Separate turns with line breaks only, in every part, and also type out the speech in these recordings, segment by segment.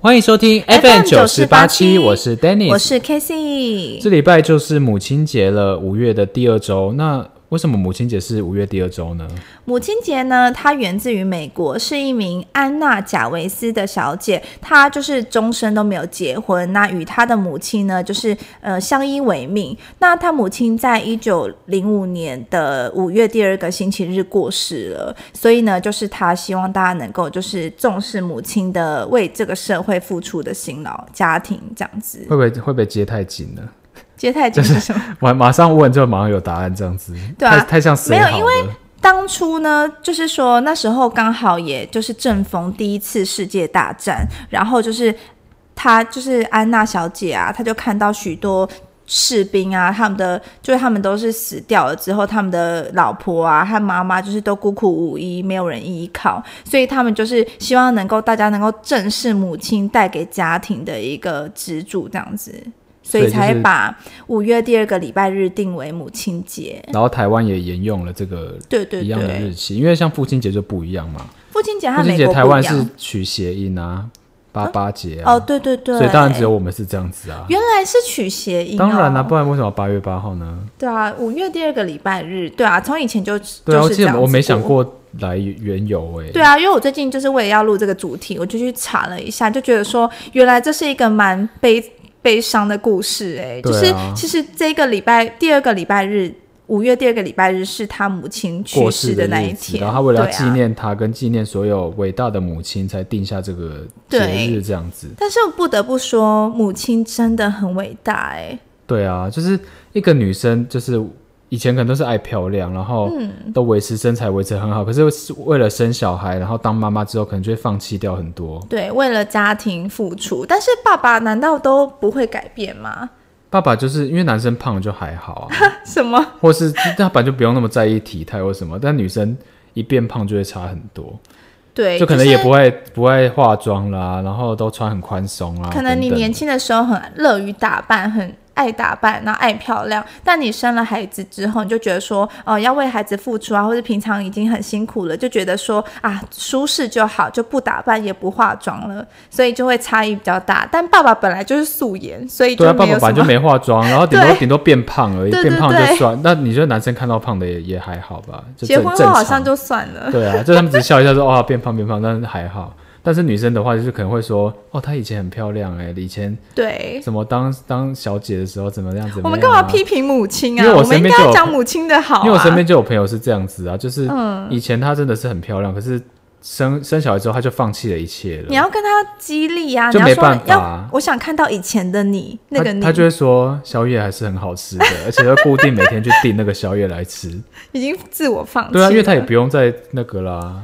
欢迎收听
FM
九四八七，
9487
我是 Dennis，
我是 k a s e y
这礼拜就是母亲节了，五月的第二周。那为什么母亲节是五月第二周呢？
母亲节呢，它源自于美国，是一名安娜·贾维斯的小姐，她就是终身都没有结婚。那与她的母亲呢，就是呃相依为命。那她母亲在一九零五年的五月第二个星期日过世了，所以呢，就是她希望大家能够就是重视母亲的为这个社会付出的辛劳，家庭这样子。
会不会会不会接太紧了？
接太紧是什么？
我马上问就马上有答案，这样子，
对啊
太太像谁
没有
好
因
了。
当初呢，就是说那时候刚好也就是正逢第一次世界大战，然后就是她就是安娜小姐啊，她就看到许多。士兵啊，他们的就是他们都是死掉了之后，他们的老婆啊和妈妈就是都孤苦无依，没有人依靠，所以他们就是希望能够大家能够正视母亲带给家庭的一个支柱，这样子，
所
所以
以就是
才把五月第二个礼拜日定为母亲节。
然后台湾也沿用了这个
对对
一样的
对，
日期，因为像父亲节就不一样嘛。
父亲节和
父亲
美
节
国
台
不一
湾是
样。
取谐音啊，八八节啊，
哦，对对对，
所以当然只有我们是这样子啊。
原来是取谐音、哦，
当然啦、不然为什么八月八号呢？
对啊，五月第二个礼拜日，对啊，从以前就
对啊，
就
我
是
记
这样
得
子
我没想。过来缘由哎、
对啊，因为我最近就是我也要录这个主题，我就去查了一下，就觉得说原来这是一个蛮悲悲伤的故事、哎、就
对
是
啊
其实这个礼拜第二个礼拜日，五月第二个礼拜日是他母亲去
过
世
世的
那一
日子
天，
然后他为了要
对啊
纪念他跟纪念所有伟大的母亲，才定下这个节
对
日这样子。
但是我不得不说，母亲真的很伟大、哎，
对啊，就是一个女生，就是以前可能都是爱漂亮，然后
嗯
都维持身材维持很好，可是为了生小孩，然后当妈妈之后，可能就会放弃掉很多。
对，为了家庭付出，但是爸爸难道都不会改变吗？
爸爸就是因为男生胖就还好啊，
什么？
或是他本来就不用那么在意体态或什么，但女生一变胖就会差很多，
对，
就可能
是
也不会不会化妆啦，然后都穿很宽松啦。
可能你
等等
年轻的时候很乐于打扮，很爱打扮，然后爱漂亮，但你生了孩子之后，你就觉得说，呃，要为孩子付出啊，或者平常已经很辛苦了，就觉得说啊，舒适就好，就不打扮也不化妆了，所以就会差异比较大。但爸爸本来就是素颜，所哎以就
对啊，爸
没
爸
有
本来
什
就
么。
没化妆，然后顶多
对
顶多变胖而已，
对对
变胖就
对
算。那你觉得男生看到胖的也也还好吧？就
结
正
婚后
正
好
常。
像就算了，
对啊，就他们只笑一下说 哦变胖变胖，但是还好。但是女生的话，就是可能会说哦，她以前很漂亮哎、以前
对。
怎么当当小姐的时候怎么样怎么样、啊
我们干嘛？批评母亲
因为
啊？
我
我们
身
应
边
该
就有
要讲母亲的好、啊。嗯
因为我身边就有朋友是这样子啊，就是以前她真的是很漂亮，可是生生小孩之后她就放弃了一切了。
你要跟他激励啊，
就
你要
没
说
办法啊
要，我想看到以前的你，那个
她
你
她就会说宵夜还是很好吃的，而且要固定每天去订那个宵夜来吃。
已经自我放弃了。
对啊，因为他也不用再那个啦，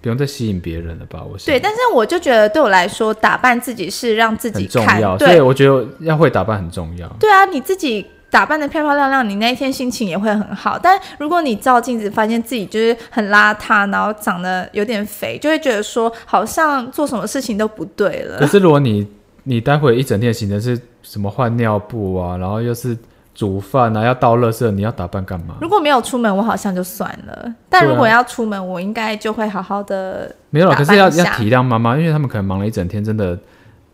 不用再吸引别人了吧？我想
对，但是我就觉得对我来说，打扮自己是让自己
很重
看
要，，所以
对
我觉得要会打扮很重要。
对啊，你自己。打扮的漂漂亮亮，你那一天心情也会很好。但如果你照镜子发现自己就是很邋遢，然后长得有点肥，就会觉得说好像做什么事情都不对
可
了。
是如果你你待会一整天的行程是什么换尿布啊，然后又是煮饭啊，要倒垃圾，你要打扮干嘛？
如果没有出门，我好像就算了。但
对啊
如果要出门，我应该就会好好的
没有啦，
打
可
扮
是要
一下
要体谅妈妈，因为他们可能忙了一整天，真的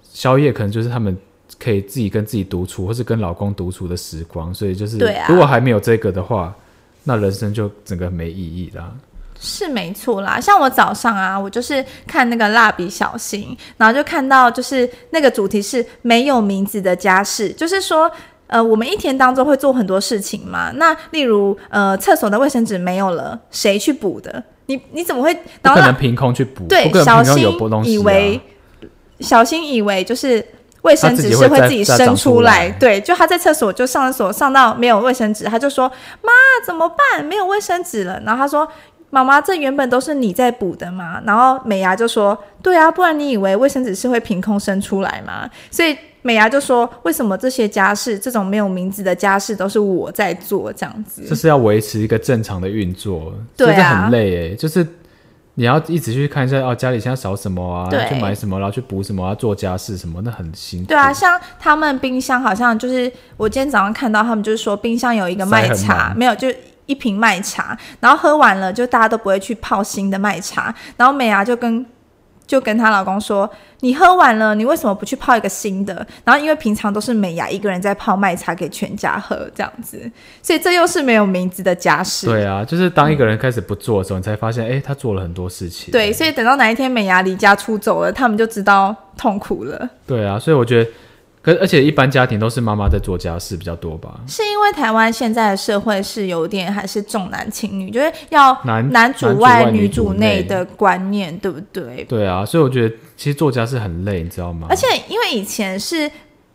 宵夜可能就是他们。可以自己跟自己独处，或是跟老公独处的时光，所以就是，
对啊
如果还没有这个的话，那人生就整个没意义啦。
是没错啦，像我早上啊，我就是看那个蜡笔小新，然后就看到就是那个主题是没有名字的家事，就是说。呃，我们一天当中会做很多事情嘛，那例如呃，厕所的卫生纸没有了，谁去补的？你你怎么会？
不
然后
可
蜡
能凭空去补，
对
不可能
小
凭空
新
有波东西、啊。
以为小新以为就是卫生
他自
纸
己
是
啊会
会
再
自己
再
伸
长出
出来，
来
对，就他在厕所就上厕所上到没有卫生纸，他就说妈怎么办？没有卫生纸了。然后他说妈妈这原本都是你在补的嘛。然后美牙就说对啊，不然你以为卫生纸是会凭空生出来吗？所以。美牙就说：“为什么这些家事，这种没有名字的家事，都是我在做？这样子，
这是要维持一个正常的运作，
对啊
所以这很累诶、就是你要一直去看一下哦，家里现在少什么啊，
对
去买什么，然后去补什么，要做家事什么，那很辛苦。
对啊，，像他们冰箱好像就是我今天早上看到他们就是说冰箱有一个麦
塞很
茶
满，
没有就。一瓶麦茶，然后喝完了，就大家都不会去泡新的麦茶。然后美牙就跟就跟她老公说：“你喝完了，你为什么不去泡一个新的？”然后因为平常都是美雅一个人在泡麦茶给全家喝这样子，所以这又是没有名字的家事。
对啊，就是当一个人开始不做的时候，你才发现，哎、他做了很多事情。
对，所以等到哪一天美牙离家出走了，他们就知道痛苦了。
对啊，所以我觉得，可而且一般家庭都是妈妈在做家事比较多吧？
是因为台湾现在的社会是有点还是重男轻女，就是要
男
男主
男主
外
外
女
女
主
主内
内的观念，对不对？
对啊，所以我觉得其实做家事很累，你知道吗？
而且因为以前是。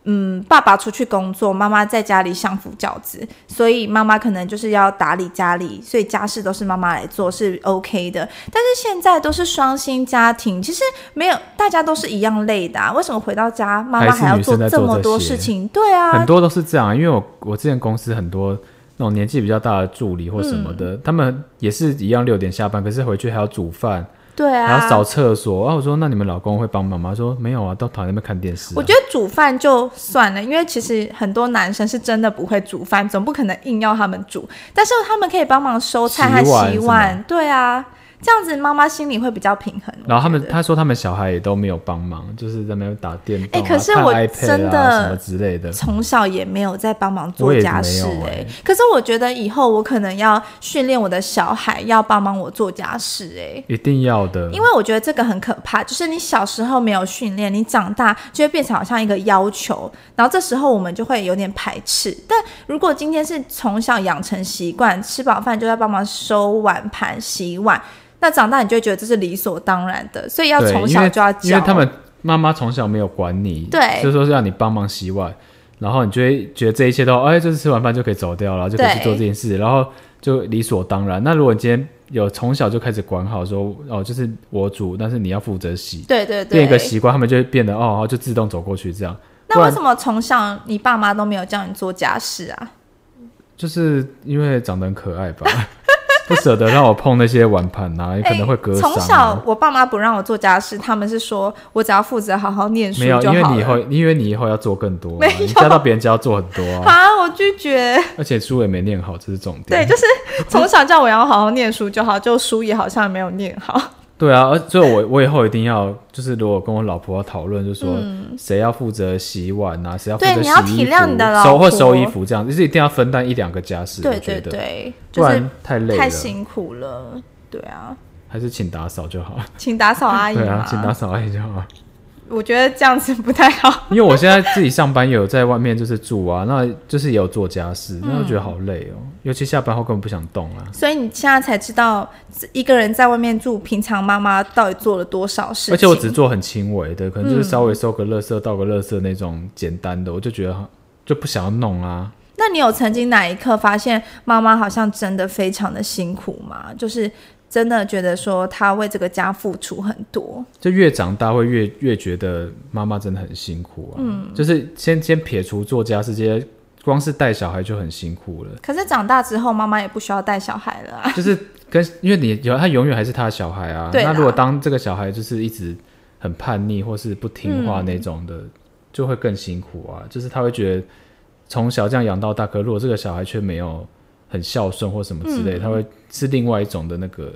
嗯，爸爸出去工作，妈妈在家里相夫教子，所以妈妈可能就是要打理家里，所以家事都是妈妈来做是 OK 的。但是现在都是双薪家庭，其实没有大家都是一样累的、啊，为什么回到家妈
还
妈
是
还要
女生在
这
做
么
这
多
些
事情？对啊，
很多都是这样，因为我我之前公司很多那种年纪比较大的助理或什么
嗯
的，他们也是一样六点下班，可是回去还要煮饭，
对啊，
还要扫厕所。啊然后我说那你们老公会帮忙吗？他说没有啊，都躺在那边看电视啊、
我觉得煮饭就算了，因为其实很多男生是真的不会煮饭，总不可能硬要他们煮。但是他们可以帮忙收菜和
洗碗
洗
是
碗，对啊，这样子妈妈心里会比较平衡。
然后他
我
们
觉得
他说他们小孩也都没有帮忙，就是在那边打电动、啊、
哎可是
看
我
iPad
真
啊、
的
什么之类的。
从小也没有在帮忙做
我也
家事、
没有
哎
哎、
可是我觉得以后我可能要训练我的小孩要帮忙我做家事、哎。
一定要的，
因为我觉得这个很可怕，就是你小时候没有训练，你长大就会变成好像一个要求，然后这时候我们就会有点排斥。但如果今天是从小养成习惯，吃饱饭就要帮忙收碗盘、洗碗，那长大你就会觉得这是理所当然的，所以要
对，
从小就要
因为因
教。
为他们妈妈从小没有管你，
对
就说是让你帮忙洗碗，然后你就会觉得这一切都哎，就是吃完饭就可以走掉了，然后就可以去
对
做这件事，然后就理所当然。那如果你今天有从小就开始管好说哦，就是我煮，但是你要负责洗，
对对对，
变一个习惯，他们就会变得哦，然后就自动走过去这样。
那
不
为
然
什么从小你爸妈都没有叫你做家事啊？
就是因为长得很可爱吧， 不舍得让我碰那些碗盘啊呐、也可能会割伤、
哎
啊
从小我爸妈不让我做家事，他们是说我只要负责好好念书
没有，
就
因
好
为你以
了
后，因为你以后要做更多、啊
没，
你
有
嫁到别人家要做很多 啊。
啊，我拒绝。
而且书也没念好，这是重点。
对，就是 从小叫我要好好念书就好，就书也好像没有念好。
对啊，而所以我我以后一定要，就是如果跟我老婆要讨论，就说谁要负责洗碗啊，谁要负责
嗯对
洗衣
你
服，
要体谅你的老
收或
婆
收衣服这样，就是一定要分担一两个家事。
对
我觉
对
得，
对，
不
就是
然太累了，
太辛苦了。对啊，
还是请打扫就好。
请打扫阿姨
对
嘛
啊，。请打扫阿姨就好。
我觉得这样子不太好。
因为我现在自己上班也有在外面就是住啊，那就是也有做家事，那我觉得好累
嗯
哦，尤其下班后根本不想动啊。
所以你现在才知道一个人在外面住，平常妈妈到底做了多少事情。
而且我只做很轻微的，可能就是稍微收个垃圾、倒个垃圾那种简单的，我就觉得就不想要弄啊。
那你有曾经哪一刻发现妈妈好像真的非常的辛苦吗？就是真的觉得说她为这个家付出很多。
就越长大会越越觉得妈妈真的很辛苦啊。嗯，就是先先撇除做家事这些，光是带小孩就很辛苦了。
可是长大之后，妈妈也不需要带小孩了啊、
就是跟因为你有他永远还是他的小孩啊。
对啦
那如果当这个小孩就是一直很叛逆或是不听话那种的，
嗯
就会更辛苦啊。就是他会觉得从小这样养到大，可如果这个小孩却没有很孝顺或什么之
嗯
类，他会是另外一种的那个，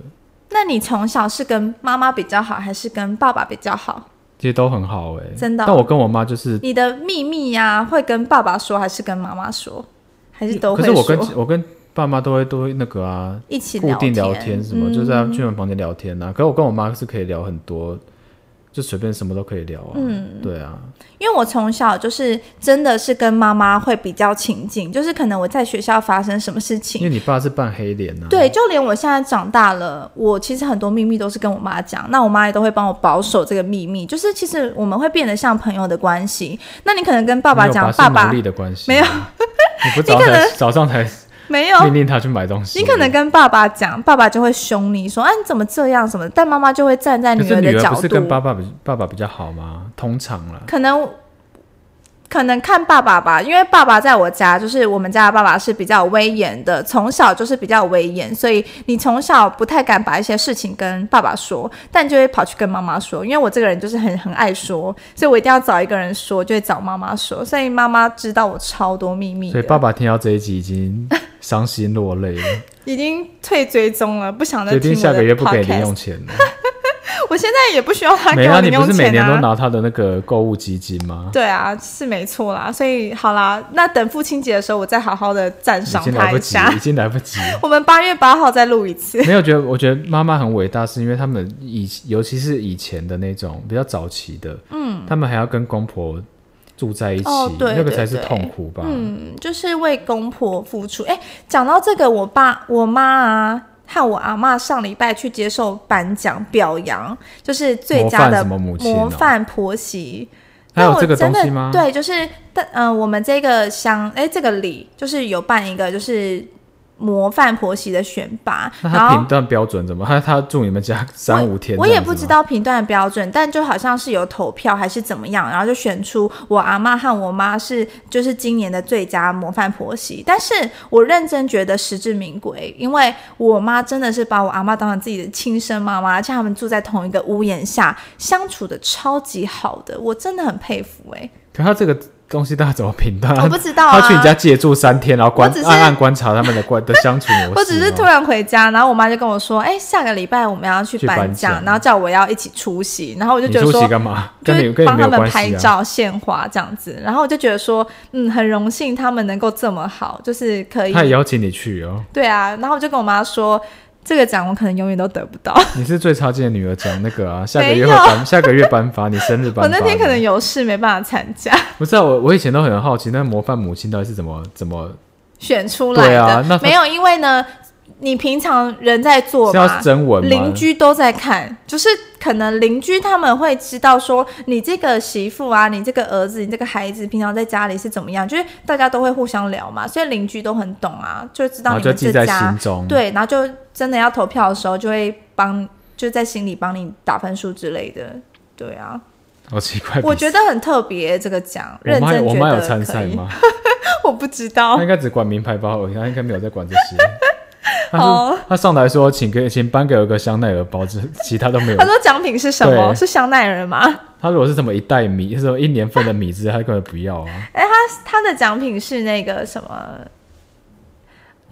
那你从小是跟妈妈比较好，还是跟爸爸比较好？
其实都很好哎、
真的哦
但我跟我妈就是
你的秘密呀、会跟爸爸说，还是跟妈妈说，还是都会
可
说？
是我跟我跟爸妈都会都会那个啊，
一起
固定聊
天嗯
天什么，就是在去他们房间聊天啊。可是我跟我妈是可以聊很多，就随便什么都可以聊啊。嗯，对啊，
因为我从小就是真的是跟妈妈会比较亲近，就是可能我在学校发生什么事
因
情。
为你爸是扮黑脸啊。
对，就连我现在长大了，我其实很多秘密都是跟我妈讲，那我妈也都会帮我保守这个秘密。就是其实我们会变得像朋友的关系。那你可能跟爸爸
没有
讲，
吧
爸
是
爸
奴隶的关系
没有
啊，你不早上才早上才
没有
命令他去买东西，
你可能跟爸爸讲，爸爸就会凶你说：“啊，你怎么这样什么的？”但妈妈就会站在
可
女
是
儿的
女儿
角
不是
度
跟，爸爸比爸爸比较好吗？通常啦，
可能可能看爸爸吧，因为爸爸在我家，就是我们家的爸爸是比较威严的，从小就是比较威严，所以你从小不太敢把一些事情跟爸爸说，但就会跑去跟妈妈说。因为我这个人就是很很爱说，所以我一定要找一个人说，就会找妈妈说，所以妈妈知道我超多秘密
所
的，
以爸爸听到这一集已经伤心落泪了，
已经退追踪了，不想再
决定
听
下
我的
个月不给
podcast
零用钱了。
我现在也不需要他
没
给我
你
零
不
用
是每
钱
年都
啊。
拿他的那个购物基金吗？
对啊，是没错啦。所以好啦，那等父亲节的时候，我再好好的赞
已
赏
经
他
来不
一
及，
下
已。经来不及。
我们八月八号再录一次。
没有觉得，我觉得妈妈很伟大，是因为他们以尤其是以前的那种比较早期的，嗯，他们还要跟公婆住在一起，
哦对
那个才是
对对
痛苦吧？
嗯，就是为公婆付出。哎，讲到这个，我爸、我妈啊和我阿妈上礼拜去接受颁奖表扬，就是最佳
模范
的
什么母亲哦
模范婆媳。
还
但
有
我
这个
真
东
的
西吗？
对，就是但嗯、呃我们这个乡哎，这个里就是有办一个就是模范婆媳的选拔，
那
然
他评
后。
断标准怎么？ 他他住你们家三五天
我
这
也
样子
不知
吗，
道评断的标准，但就好像是有投票还是怎么样，然后就选出我阿妈和我妈是就是今年的最佳模范婆媳。但是我认真觉得实至名归，因为我妈真的是把我阿妈当成自己的亲生妈妈，而且他们住在同一个屋檐下，相处的超级好的，我真的很佩服哎、
可他这个东西大家怎么评断？
我不知道啊，
他去你家借住三天，然后观
我只是
暗暗观察他们的观的相处模式哦吗。
我只是突然回家，然后我妈就跟我说：“哎、下个礼拜我们要去
去
颁
颁奖
奖，然后叫我要一起出席。”然后我就
你
觉得
出
说
席，干嘛？
就
跟
是
你跟你
帮
没
他
有
们
关
拍
系啊。
照、献花这样子。然后我就觉得说，嗯，很荣幸他们能够这么好，就是可以
他，也邀请你去哦，
对啊。然后我就跟我妈说，这个奖我可能永远都得不 到。
你是最差劲的女儿奖那 个啊，下个月
没
会
有
颁，下个月颁 发，你生日颁发
我
的。
那天可能有事没办法参加，
不是啊，我我以前都很好奇，那模范母亲到底是怎么怎么
选出来
对
的、
啊那他
没有，因为呢，你平常人在做
是要
嘛，
征文吗？
邻居都在看，就是可能邻居他们会知道说你这个媳妇啊，你这个儿子，你这个孩子平常在家里是怎么样，就是大家都会互相聊嘛，所以邻居都很懂啊，就知
然
道
后
你
就
们
记
这
在
家
心中。，
对，然后就真的要投票的时候就会帮，就在心里帮你打分数之类的。对啊，
好奇怪。
我觉得很特别这个奖，
我
认
妈有
真
我
觉
妈有
得
参
可
赛
以。
吗？
我不知道
她应该只管名牌包而已，她应该没有在管这 些。她
哦
说她上台说，请给请颁给我一个香奈儿包， 这其他都没有
他。说奖品是什么？
对
是香奈儿吗？
她如果是什么一袋米，是什么一年份的米汁，她根本不要啊。
它的奖品是那个什么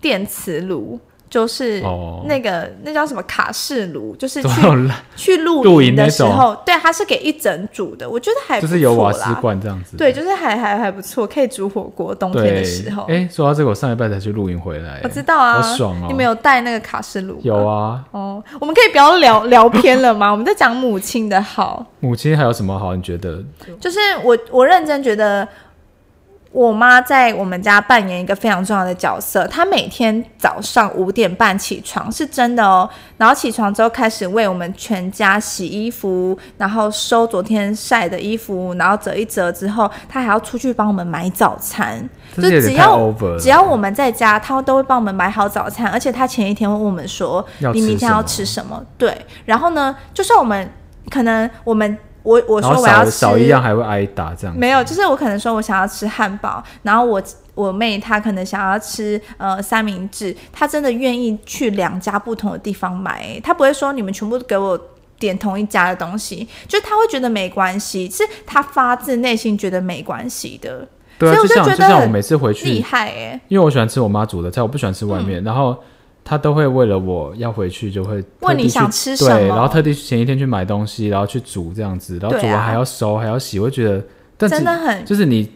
电磁炉，就是
哦
那个、那叫什么卡式炉，就是
这
去
种烂
去露
露营
营的
那
时
种
候，对，它是给一整组的，我觉得还
就
不
是有
错啊
瓦斯
啦。
罐这样子。
对，就是还还还不错，可以煮火锅，冬天的
对
时候。
哎，说到这个，我上一半才去露营回来
我。知道啊，
好爽哦
你们有带那个卡式炉？
有。啊，
哦，我们可以不要聊聊偏了吗？我们 在讲母亲的好。
母亲还有什么好？你觉得？
就是我我认真觉得，我妈在我们家扮演一个非常重要的角色。她每天早上五点半起床，是真的哦。然后起床之后开始为我们全家洗衣服，然后收昨天晒的衣服，然后折一折之后，她还要出去帮我们买早餐。
这
就
有
只
点太
要
over 了。
只要我们在家，他都会帮我们买好早餐，而且他前一天会问我们说
要：“
你
吃
明天
什
要
么
吃什么？”对，然后呢，就算我们可能我们我我
然
说
后
我要
少
吃
少一样还会挨打这样子。
没有，就是我可能说我想要吃汉堡，然后我我妹她可能想要吃呃三明治，她真的愿意去两家不同的地方买，她不会说你们全部给我。点同一家的东西，就是她会觉得没关系，是她发自内心觉得没关系的，
对啊，
所以
就
我就
像
觉
就
得
像我
很
每次回
厉
去，
害哎、
因为我喜欢吃我妈煮的菜，我不喜欢吃外
嗯
面，然后她都会为了我要回去就会
问
特地
你
去
想吃什么
对，然后特地前一天去买东西，然后去煮这样子，然后煮
对
完
啊
还要收、还要洗，我会觉得，但
真
是
的很
就是你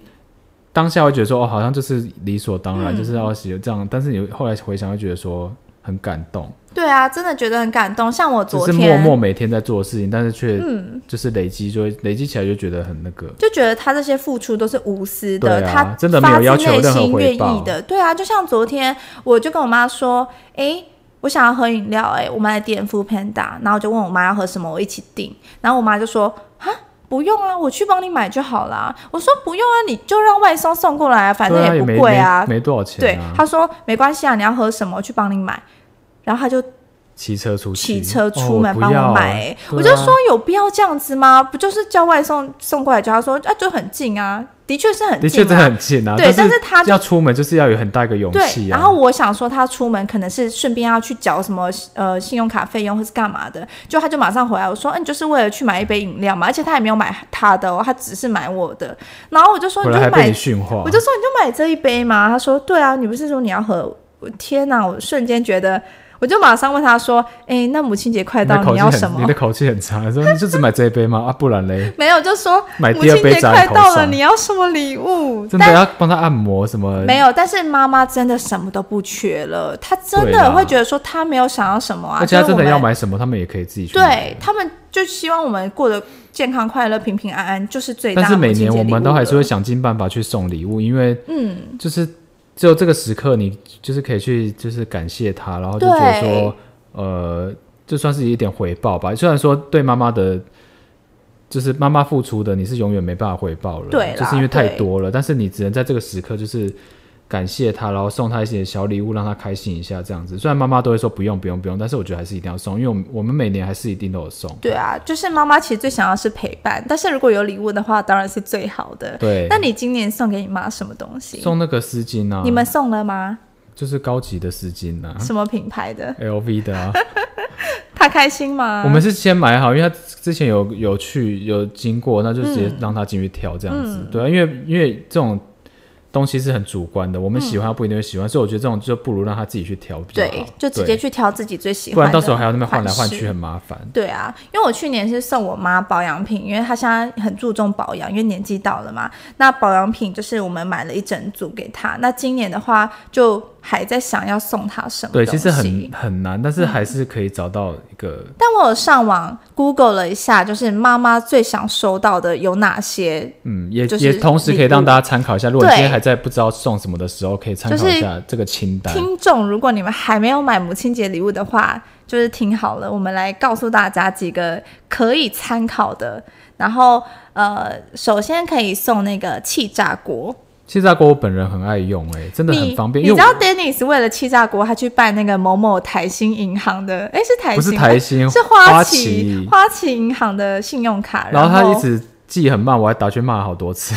当下会觉得说哦，好像就是理所当
嗯
然，就是要洗这样，但是你后来回想会觉得说很感动，
对啊，真的觉得很感动。像我
只
昨
是
天嗯
默默每天在做的事情，但是却就是累积，就会累积起来就觉得很那个。
就觉得他这些付出都是无私的，
对啊
他
真的没有要求任何回报
发自内心愿意的。对啊，就像昨天我就跟我妈说，诶，我想要喝饮料、诶，我们来点 Food Panda，然后我就问我妈要喝什么，我一起订，然后我妈就说，啊。不用啊，我去帮你买就好啦。我说不用啊，你就让外送送过来啊，反正
对啊，
不
没
贵
没没多少钱
对
啊，，
她说没关系啊，你要喝什么，我去帮你买。然后她就
骑车出去，
骑车
哦
出门
不
帮
要
我
啊
买、欸
对
我就
啊
说有必要这样子吗？不就是叫外送送过来，叫他说啊，就很近啊，的确是很
的
近、啊，
确真的很近啊，
对
但
但是他就
要出门就是要有很大一个勇
对，
气啊。
然后我想说，他出门可能是顺便要去缴什么呃信用卡费用或是干嘛的，就他就马上回来，我说，嗯、你就是为了去买一杯饮料嘛，而且他也没有买他的哦，他只是买我的。然后我就说，
回
你
来
就
还被
买
你，训话，
我就说啊你就买这一杯嘛。他说，对啊，你不是说你要喝？我天哪，我瞬间觉得。我就马上问他说：“哎，那母亲节快
你的
到，
口
你
气
要什
很，你
么
的口气很差，说你就只买这一杯吗？啊，不然 嘞？”，
没有，就说
买
母
第二
亲
杯
节
砸
快
你头
到了，
上
你要什么礼物？
真的啊哎
但
要帮他按摩什么？
没有，但是妈妈真的什么都不缺了，她真
对啦
的会觉得说她没有想要什么啊，
而且他
就是
真
我
的
们
要买什么，他们也可以自己去买。
对他们就希望我们过得健康、快乐、平平安安，就是最大
但
的
是每
母亲
年
节
我
礼
们
物
都还是会
了
想尽办法去送礼物，因为
嗯，
就是只有这个时刻，你就是可以去就是感谢他，然后就觉得说，呃，这算是一点回报吧。虽然说对妈妈的，就是妈妈付出的，你是永远没办法回报了，
对啦
就是因为太
对
多了。但是你只能在这个时刻就是感谢他，然后送他一些小礼物，让他开心一下这样子。虽然妈妈都会说不用不用不用，但是我觉得还是一定要送，因为我们我们每年还是一定都有送。
对啊，就是妈妈其实最想要是陪伴，但是如果有礼物的话，当然是最好的。
对，
那你今年送给你妈什么东西？
送那个丝巾啊，
你们送了吗？
就是高级的丝巾啊
什么品牌的？
，LV 的 啊。
她开心吗？
我们是先买好，因为他之前有有去有经过，那就直接让他进去挑这样子。
嗯
对啊，因为因为这种东西是很主观的，我们喜欢他不一定会喜欢，所以我觉得这种就不如让他自己去挑比较
嗯对
好。，
就直接去挑自己最喜
啊对，
欢
不
的款
然到
式，
时候还要那边换来换去很麻烦。
对啊，因为我去年是送我妈保养品，因为她现在很注重保养，因为年纪到了嘛。那保养品就是我们买了一整组给她。那今年的话，就还在想要送她什么
对，
东西。
其实很很难，但
嗯
是还是可以找到一个。
但我有上网 Google 了一下，就是妈妈最想收到的有哪些？
嗯，也、
就是
也同时可以让大家参考一下。如果你
对
今天还在不知道送什么的时候，可以参考一下这个清单。
听众，如果你们还没有买母亲节礼物的话，就是听好了，我们来告诉大家几个可以参考的。然后，呃，首先可以送那个气炸锅。
气炸锅我本人很爱用、欸，哎，真的很
你
方便。
你
因
知
为我
道 Dennis 为了欺诈国，他去办那个某某台新银行的，哎，是台新吗
不是台新
是
花旗
旗花旗银行的信用卡，
然后
后
他一直记很慢，我还打去骂了好多 次，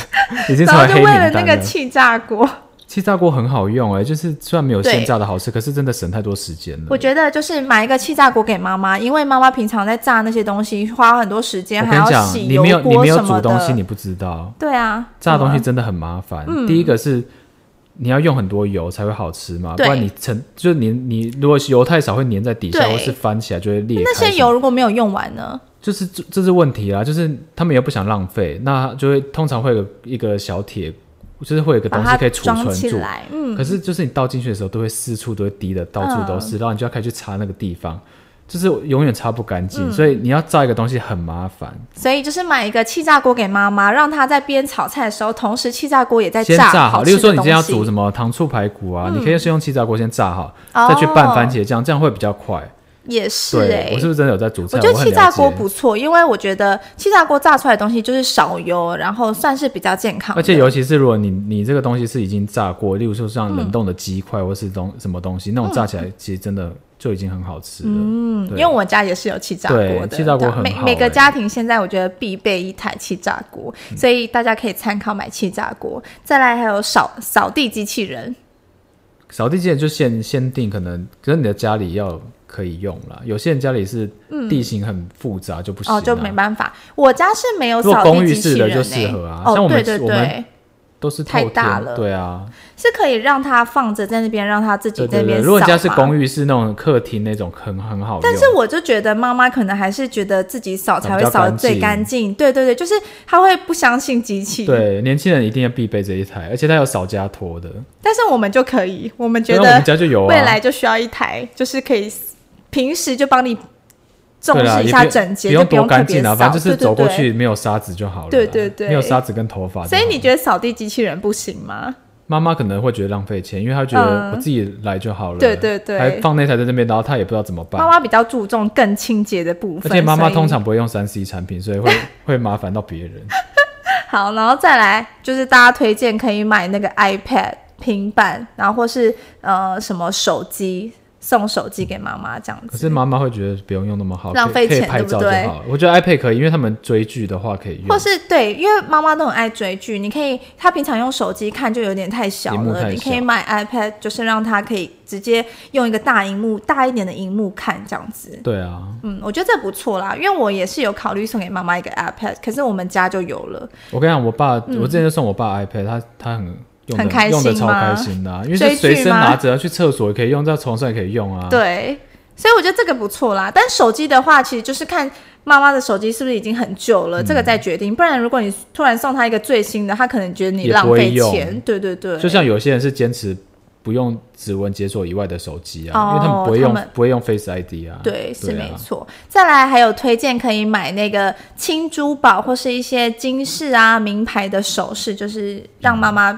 已经成
然后
为
就
黑
为
名
了
单
那个气炸国，
气炸锅很好用哎、就是虽然没有
对
现炸的好吃，可是真的省太多时间了。
我觉得就是买一个气炸锅给妈妈，因为妈妈平常在炸那些东西花很多时间，
我
还
跟你
要
讲，
洗
你
油
没有你
锅
没有
什
煮
么
东西，
的。嗯
你不知道
对啊，
炸的东西
什么
真的很麻烦。第一个是你要用很多油才会好吃嘛，不
对
然你成就你你如果油太少会粘在底下，
对
或是翻起来就会裂开
嗯那
什么的。
些油如果没有用完呢？
就是这这是问题啦，就是他们也不想浪费，那就会通常会有一个小铁，就是会有一个
把
东西
它
可以储存
装起
住。
来，嗯，
可是就是你倒进去的时候，都会四处都会滴的，到处都
嗯
是，然后你就要开始去擦那个地方，就是永远擦不干
嗯
净，所以你要造一个东西很麻烦。
所以就是买一个气炸锅给妈妈，让她在边炒菜的时候，同时哎气炸锅也在
先炸好，
好
例如
吃的
说
东西。
你
嗯
今天要煮什么糖醋排骨啊，你可以先用气炸锅先炸好，
哦
再去拌番茄酱，这样会比较快。
也是哎、
对，我是不是真的有在煮菜？
我
我
觉得
很
气炸
了解
锅不错，因为我觉得气炸锅炸出来的东西就是少油，然后算是比较健康的。
而且尤其是如果你你这个东西是已经炸过，例如说
嗯
像冷冻的鸡块或是东什么东西，那种炸起来其实真的就已经很好吃了。
嗯，因
对
为我家也是有气炸锅的，
对气炸锅
这样
很
每
好
每
欸嗯
个家庭现在我觉得必备一台气炸锅，所以大家可以参考买气炸锅。再来还有扫扫地机器人，
扫地机器人就限限定，可能可能你的家里要可以用啦。有些人家里是地形很复杂、就不行、啊，
哦，就没办法，我家是没有
如果
扫
公
地
寓
机器
式的
人、欸，
就适合啊像我
哦，
们
对对
我们
对，
都是透天
太大了
对啊，
是可以让它放着在那边，让它自己
对
在
对
那边
对。
扫
如果你家是
嘛
公寓式那种客厅那种很很好用，
但是我就觉得妈妈可能还是觉得自己扫才会扫的最干净，对对对，就是她会不相信机器，
对年轻人一定要必备这一台，而且它有扫家拖的，
但是我们就可以，我们觉
对啊我们
得
家就有啊。
未来就需要一台，就是可以平时就帮你重
对啦
视一
也
下
不
整洁，
不
就
用多
用特
干
别
净啊，
扫，
反正就是走过
对对
去没有沙子就好了啦。
对对对
没有沙子跟头发就好
对
了。
所以你觉得扫地机器人不行吗？
妈妈可能会觉得浪费钱，因为她觉得
嗯
我自己来就好了。
对对对
还放那台在那边，然后她也不知道怎么办
妈。妈比较注重更清洁的部
而
分，
且妈妈
所以
通常不会用三 C 产品，所以 会会麻烦到别人。
好，然后再来就是大家推荐可以买那个 iPad 平板，然后或是呃什么手机，送手机给妈妈这样
可
子。
是妈妈会觉得不用用那么好，
浪
可以
费钱
可以拍照就
对不对
好了。我觉得 iPad 可以，因为他们追剧的话可以
或
用。
是对，因为妈妈都很爱追剧，你可以，她平常用手机看就有点太小
荧幕
了，
太
你可
小
以买 iPad，就是让她可以直接用一个大荧幕、大一点的荧幕看这样子。
对啊，
嗯，我觉得这不错啦，因为我也是有考虑送给妈妈一个 iPad，可是我们家就有了，
我跟你讲，我爸我之前就送我爸 iPad，他他很用
嗯很
的
开心
用的超
吗
开心的啊，因为就随
追
身
剧吗
拿着，去厕所也可以用，在床上也可以用啊。
对，所以我觉得这个不错啦。但手机的话，其实就是看妈妈的手机是不是已经很久了，这个再决定。不然，如果你突然送她一个最新的，她可能觉得
嗯
你
也
浪
不会
费
用
钱。对对对，
就像有些人是坚持不用指纹解锁以外的手机啊，
哦
因为他们不会用
他们
不会用 Face ID 啊。
对，是
啊
没错。再来还有推荐可以买那个轻珠宝或是一些金饰啊、名牌的首饰，就是让妈妈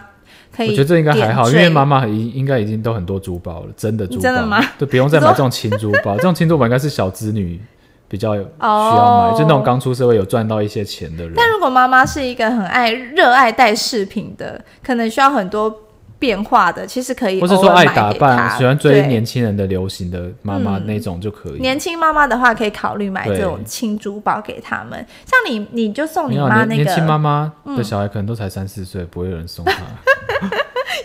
可以。
我觉得这应该还好，因为妈
妈
妈已应该已经都很多珠宝了，真的珠宝，
真的吗？
就不用再买这种轻珠 宝，这种轻珠宝应该是小资女比较需要
哦
买，就那种刚出社会有赚到一些钱的人。
但如果妈妈是一个很爱、热爱戴饰品的，可能需要很多变化的，其实可以
或是
偶
说
尔
爱
买
打
给
扮、
她
喜欢追
对
年轻人的流行的妈妈那种就可以。
年轻妈妈的话，可以考虑买
对
这种轻珠宝给他们。像你，你就送
没
你
有啊
妈
年
那
年轻妈
个，嗯
妈的小孩可能都才三四岁，不会有人送她。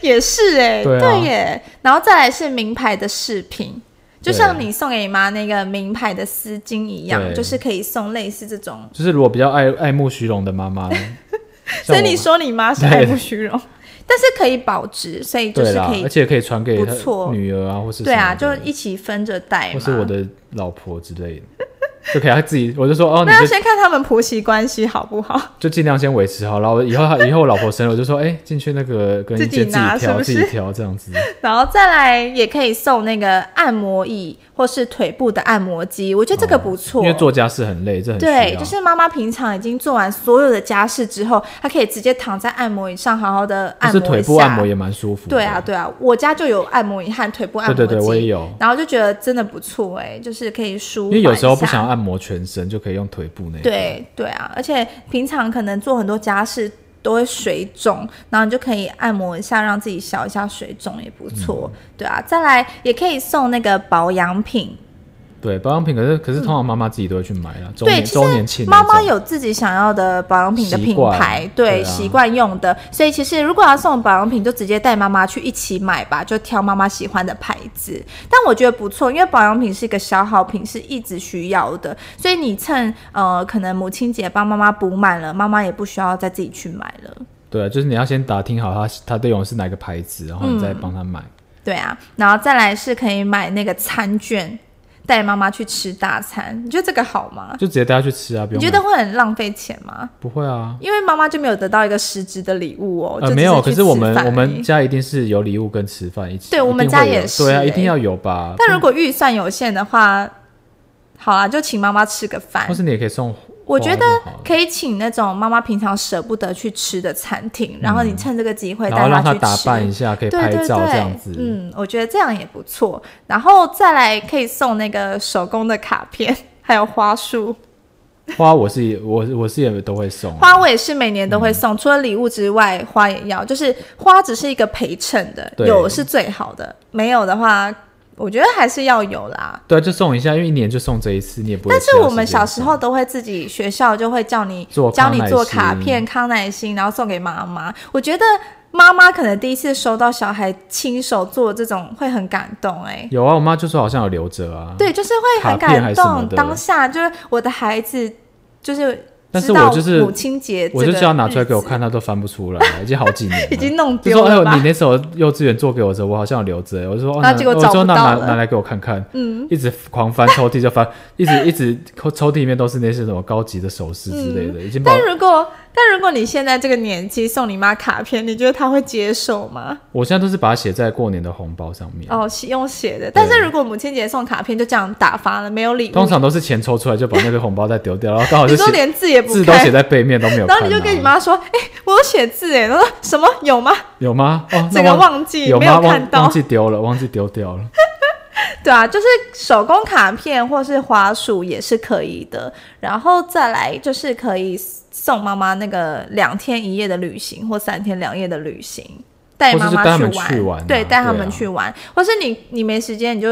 也是哎、
对啊
耶。然后再来是名牌的饰品，
对
就像你送给你妈那个名牌的丝巾一样，
对
就是可以送类似这种。
就是如果比较爱爱慕虚荣的妈 妈呢，
所
像
以
我
你说你妈是
对
爱慕虚荣，但是可以保值，所以就
对
是
啦
可，以
而且可以传给
不
她
错
女儿啊，或是
对啊，
什
就
么的
一起分着戴
或
嘛。
是我的老婆之类的， 就给她自己，我就说哦，你
那要
就
先看他们婆媳关系好不好。
就尽量先维持好，然后以后她以后我老婆生日，我就说哎，进去那个跟
自
衣
己
间自
拿
己
是
挑
不
自
是
己挑这样子，
然后再来也可以送那个按摩椅或是腿部的按摩机，我觉得这个不错。
哦因为做家事很累，这很需
对，
要
就。是妈妈平常已经做完所有的家事之后，她可以直接躺在按摩椅上好好的
就
按
哦是
摩
腿部按摩也蛮舒服的。
对啊，对啊，我家就有按摩椅和腿部按摩
对
机，
对对，我也有。
然后就觉得真的不错哎、就是可以舒
因
缓
为
一下。
有时候不想按摩全身，就可以用腿部那一块。
对对啊，而且平常可能做很多家事都会水肿，然后你就可以按摩一下，让自己消一下水肿也不错。对啊，再来也可以送那个保养品。
对保养品可是可是通常妈妈自己都会去买啦，周
嗯对，
年
其
周年庆
实
那
妈
种
妈有自己想要的保养品的品牌
习惯，对
对
啊
习惯用的，所以其实如果要送保养品，就直接带妈妈去一起买吧，就挑妈妈喜欢的牌子。但我觉得不错，因为保养品是一个消耗品，是一直需要的，所以你趁呃可能母亲节帮妈妈补满了，妈妈也不需要再自己去买了。
对，啊就是你要先打听好她她队友是哪个牌子，然后你
嗯
再帮她买。
对啊，然后再来是可以买那个餐券，带妈妈去吃大餐，你觉得这个好吗？
就直接带她去吃啊，不用
你觉得
买
会很浪费钱吗？
不会啊？
因为妈妈就没有得到一个实质的礼物哦，就
呃，
只
没有，
去
可是我们
吃饭
我
而
们
已
家一定是有礼物跟吃饭一起。
对我们
一定会
家也
有
是
对啊，
欸
一定要有吧。
但如果预算有限的话，好啦，就请妈妈吃个饭
或。是你也可以送花就好了，
我觉得可以请那种妈妈平常舍不得去吃的餐厅，然后你趁这个机会
嗯然后
带
让
去
她
吃。
打扮一下，可以
对
拍
对对，
照这样子。
嗯，我觉得这样也不错。然后再来可以送那个手工的卡片，还有花束。
花我是也我我是也都会送啊，
花我也是每年都
嗯
会送，除了礼物之外，花也要。就是花只是一个陪衬的，
对
有是最好的，没有的话，我觉得还是要有啦。
对啊，就送一下，因为一年就送这一次，你也不会有
但
其他时
是
间送。
我们小时候都会自己学校就会叫你
做
教
康
你
乃
做
馨
卡片、康乃馨，然后送给妈妈。我觉得妈妈可能第一次收到小孩亲手做这种会很感动哎、
有啊，我妈就说好像有留着啊。
对，就是会很
卡片
感
还是什么
动，
的
当下就是我的孩子就是
但
知
是我
道
就是
母亲节，
我就叫她拿出来给我，看，她都翻不出来，已经好几年了。
已经弄
就
丢
说：“哎呦，
了吧
你？那时候幼稚园做给我的时候，我好像有留着。”我就说：“哦
然后
那
结果
我
找
说
不
那
到
拿
了
拿来给我看看。”
嗯，
一直狂翻抽屉就翻，一直一直抽抽屉里面都是那些什么高级的首饰之类的，已经把
但如果但如果你现在这个年纪送你妈卡片，你觉得她会接受吗？
我现在都是把它写在过年的红包上面。
哦，是用写的。但是如果母亲节送卡片就这样打发了，没有礼物，
通常都是钱抽出来就把那个红包再丢掉，然后刚好
你
就
说
写
连字也不
字都
看
写，在背面都没有看啊到。
然后你就跟你妈说：“哎、我有写字哎。”她说：“什么有吗
有吗？哦，那
这个忘记
有
没有
吗？忘
看到
忘记丢了，忘记丢掉了。？”
对啊，就是手工卡片或是花束也是可以的。然后再来就是可以送妈妈那个两天一夜的旅行或三天两夜的旅行。带
或者
妈
是
妈
带他们
玩，
去玩啊
对，带他
对
们
啊
去玩，或是你你没时间，你就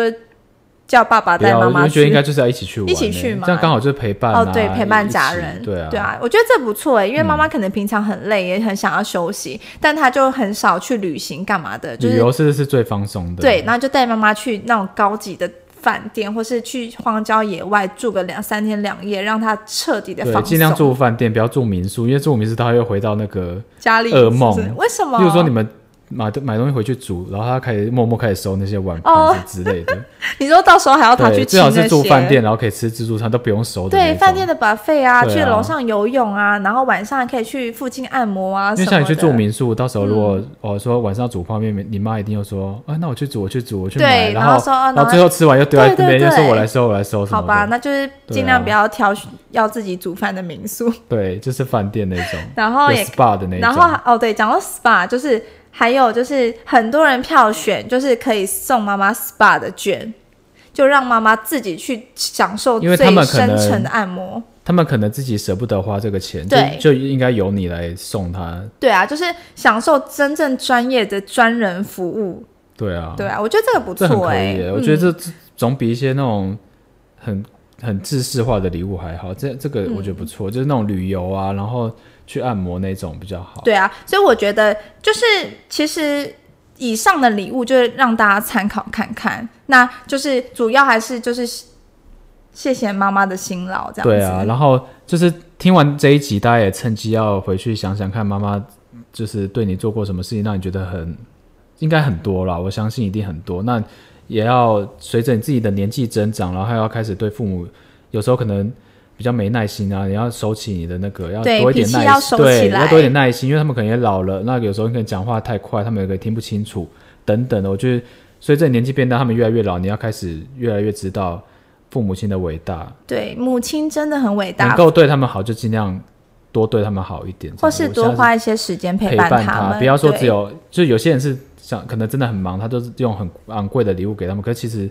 叫爸爸
不
带
要，
妈
啊我
妈
就觉
去。
得应该就是要一起去玩欸，
一起去嘛
这样刚好就是陪伴啊。
哦，对，陪伴家
一
人，
起对啊，嗯
啊，我觉得这不错哎，因为妈妈可能平常很累，也很想要休息，但她就很少去旅行干嘛的，就
旅
是
游是是最放松的。
对，然后就带妈妈去那种高级的饭店，或是去荒郊野外住个两三天两夜，让她彻底的
对，
放松。
尽量住饭店，不要住民宿，因为住民宿她又回到那个
家里
噩
是不是
梦
为什么？
例如说你们买买东西回去煮，然后他开始默默开始收那些碗盘子之类 的。
你说到时候还要哦他去
对，
吃
最好
那些
是住饭店，然后可以吃自助餐，都不用收的那种。
对饭店的 buffet 啊，
对啊
去楼上游泳啊，然后晚上可以去附近按摩啊什
因为
么的。嗯
像你去住民宿，到时候如果我说晚上煮泡面，你妈一定又说啊，那我去煮，我去煮，我去买，
对
然
然
后
后说啊
然后最后吃完又丢在那
对
边，
对
又说
对
我来收，我来收什
好
么
吧，
的。啊
那就是尽量不要挑选要自己煮饭的民宿，
对，就是饭店那种，
然后
有
哦也
SPA 的那
然
种
后。哦，对，讲到 SPA，就是还有就是很多人票选，就是可以送妈妈 SPA 的券，就让妈妈自己去享受
因为
最
他们可
深
能
层的按摩。
他们可能自己舍不得花这个钱，就
对
就应该由你来送他。
对啊，就是享受真正专业的专人服务。
对啊，
对啊，我觉得这个不
这很
错
可
哎、
以耶、
欸，
我觉
嗯
得这总比一些那种很很制式化的礼物还好。这这个我觉
嗯
得不错，就是那种旅游啊，然后去按摩那种比较好。
对啊，所以我觉得就是其实以上的礼物就是让大家参考看看，那就是主要还是就是谢谢妈妈的辛劳这样子。
对啊，然后就是听完这一集，大家也趁机要回去想想看，妈妈就是对你做过什么事情，让你觉得很应该很多啦，我相信一定很多。那也要随着你自己的年纪增长，然后还要开始对父母，有时候可能比较没耐心啊，你要收起你的那个，要
对
多一点
脾气
耐
要收
心，对，
起来
要多一点耐心，因为他们可能也老了，那有时候你可能讲话太快，他们也可能听不清楚等等的。我觉得随着你年纪变大，他们越来越老，你要开始越来越知道父母亲的伟大，
对，母亲真的很伟
能
大，
够对他们好就尽量多对他们好一点，
或
这
是
样
多
我下
花一些时间
次陪
伴
他
们。
不要说
对
只有，就有些人是想可能真的很忙，他都是用很昂贵的礼物给他们，可是其实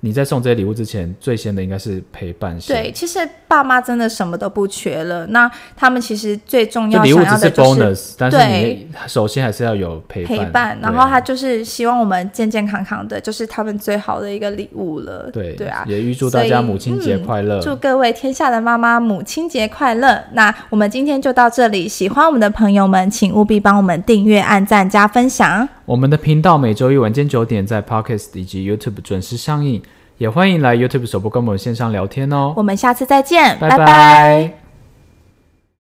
你在送这些礼物之前，最先的应该是陪伴先。
对，其实爸妈真的什么都不缺了，那他们其实最重
就
要
礼物
想
只
要的就是
bonus，但是你首先还是要有陪
陪
伴，
伴，然
对啊
后他就是希望我们健健康康的，就是他们最好的一个礼物了。
对
对啊，
也预祝大家
所以
母亲节
嗯
快乐，
祝各位天下的妈妈母亲节快乐！那我们今天就到这里，喜欢我们的朋友们，请务必帮我们订阅、按赞、加分享。
我们的频道每周一晚间九点在 Podcast 以及 YouTube 准时上映，也欢迎来 YouTube 首播跟我们线上聊天哦。
我们下次再见，
拜
拜
拜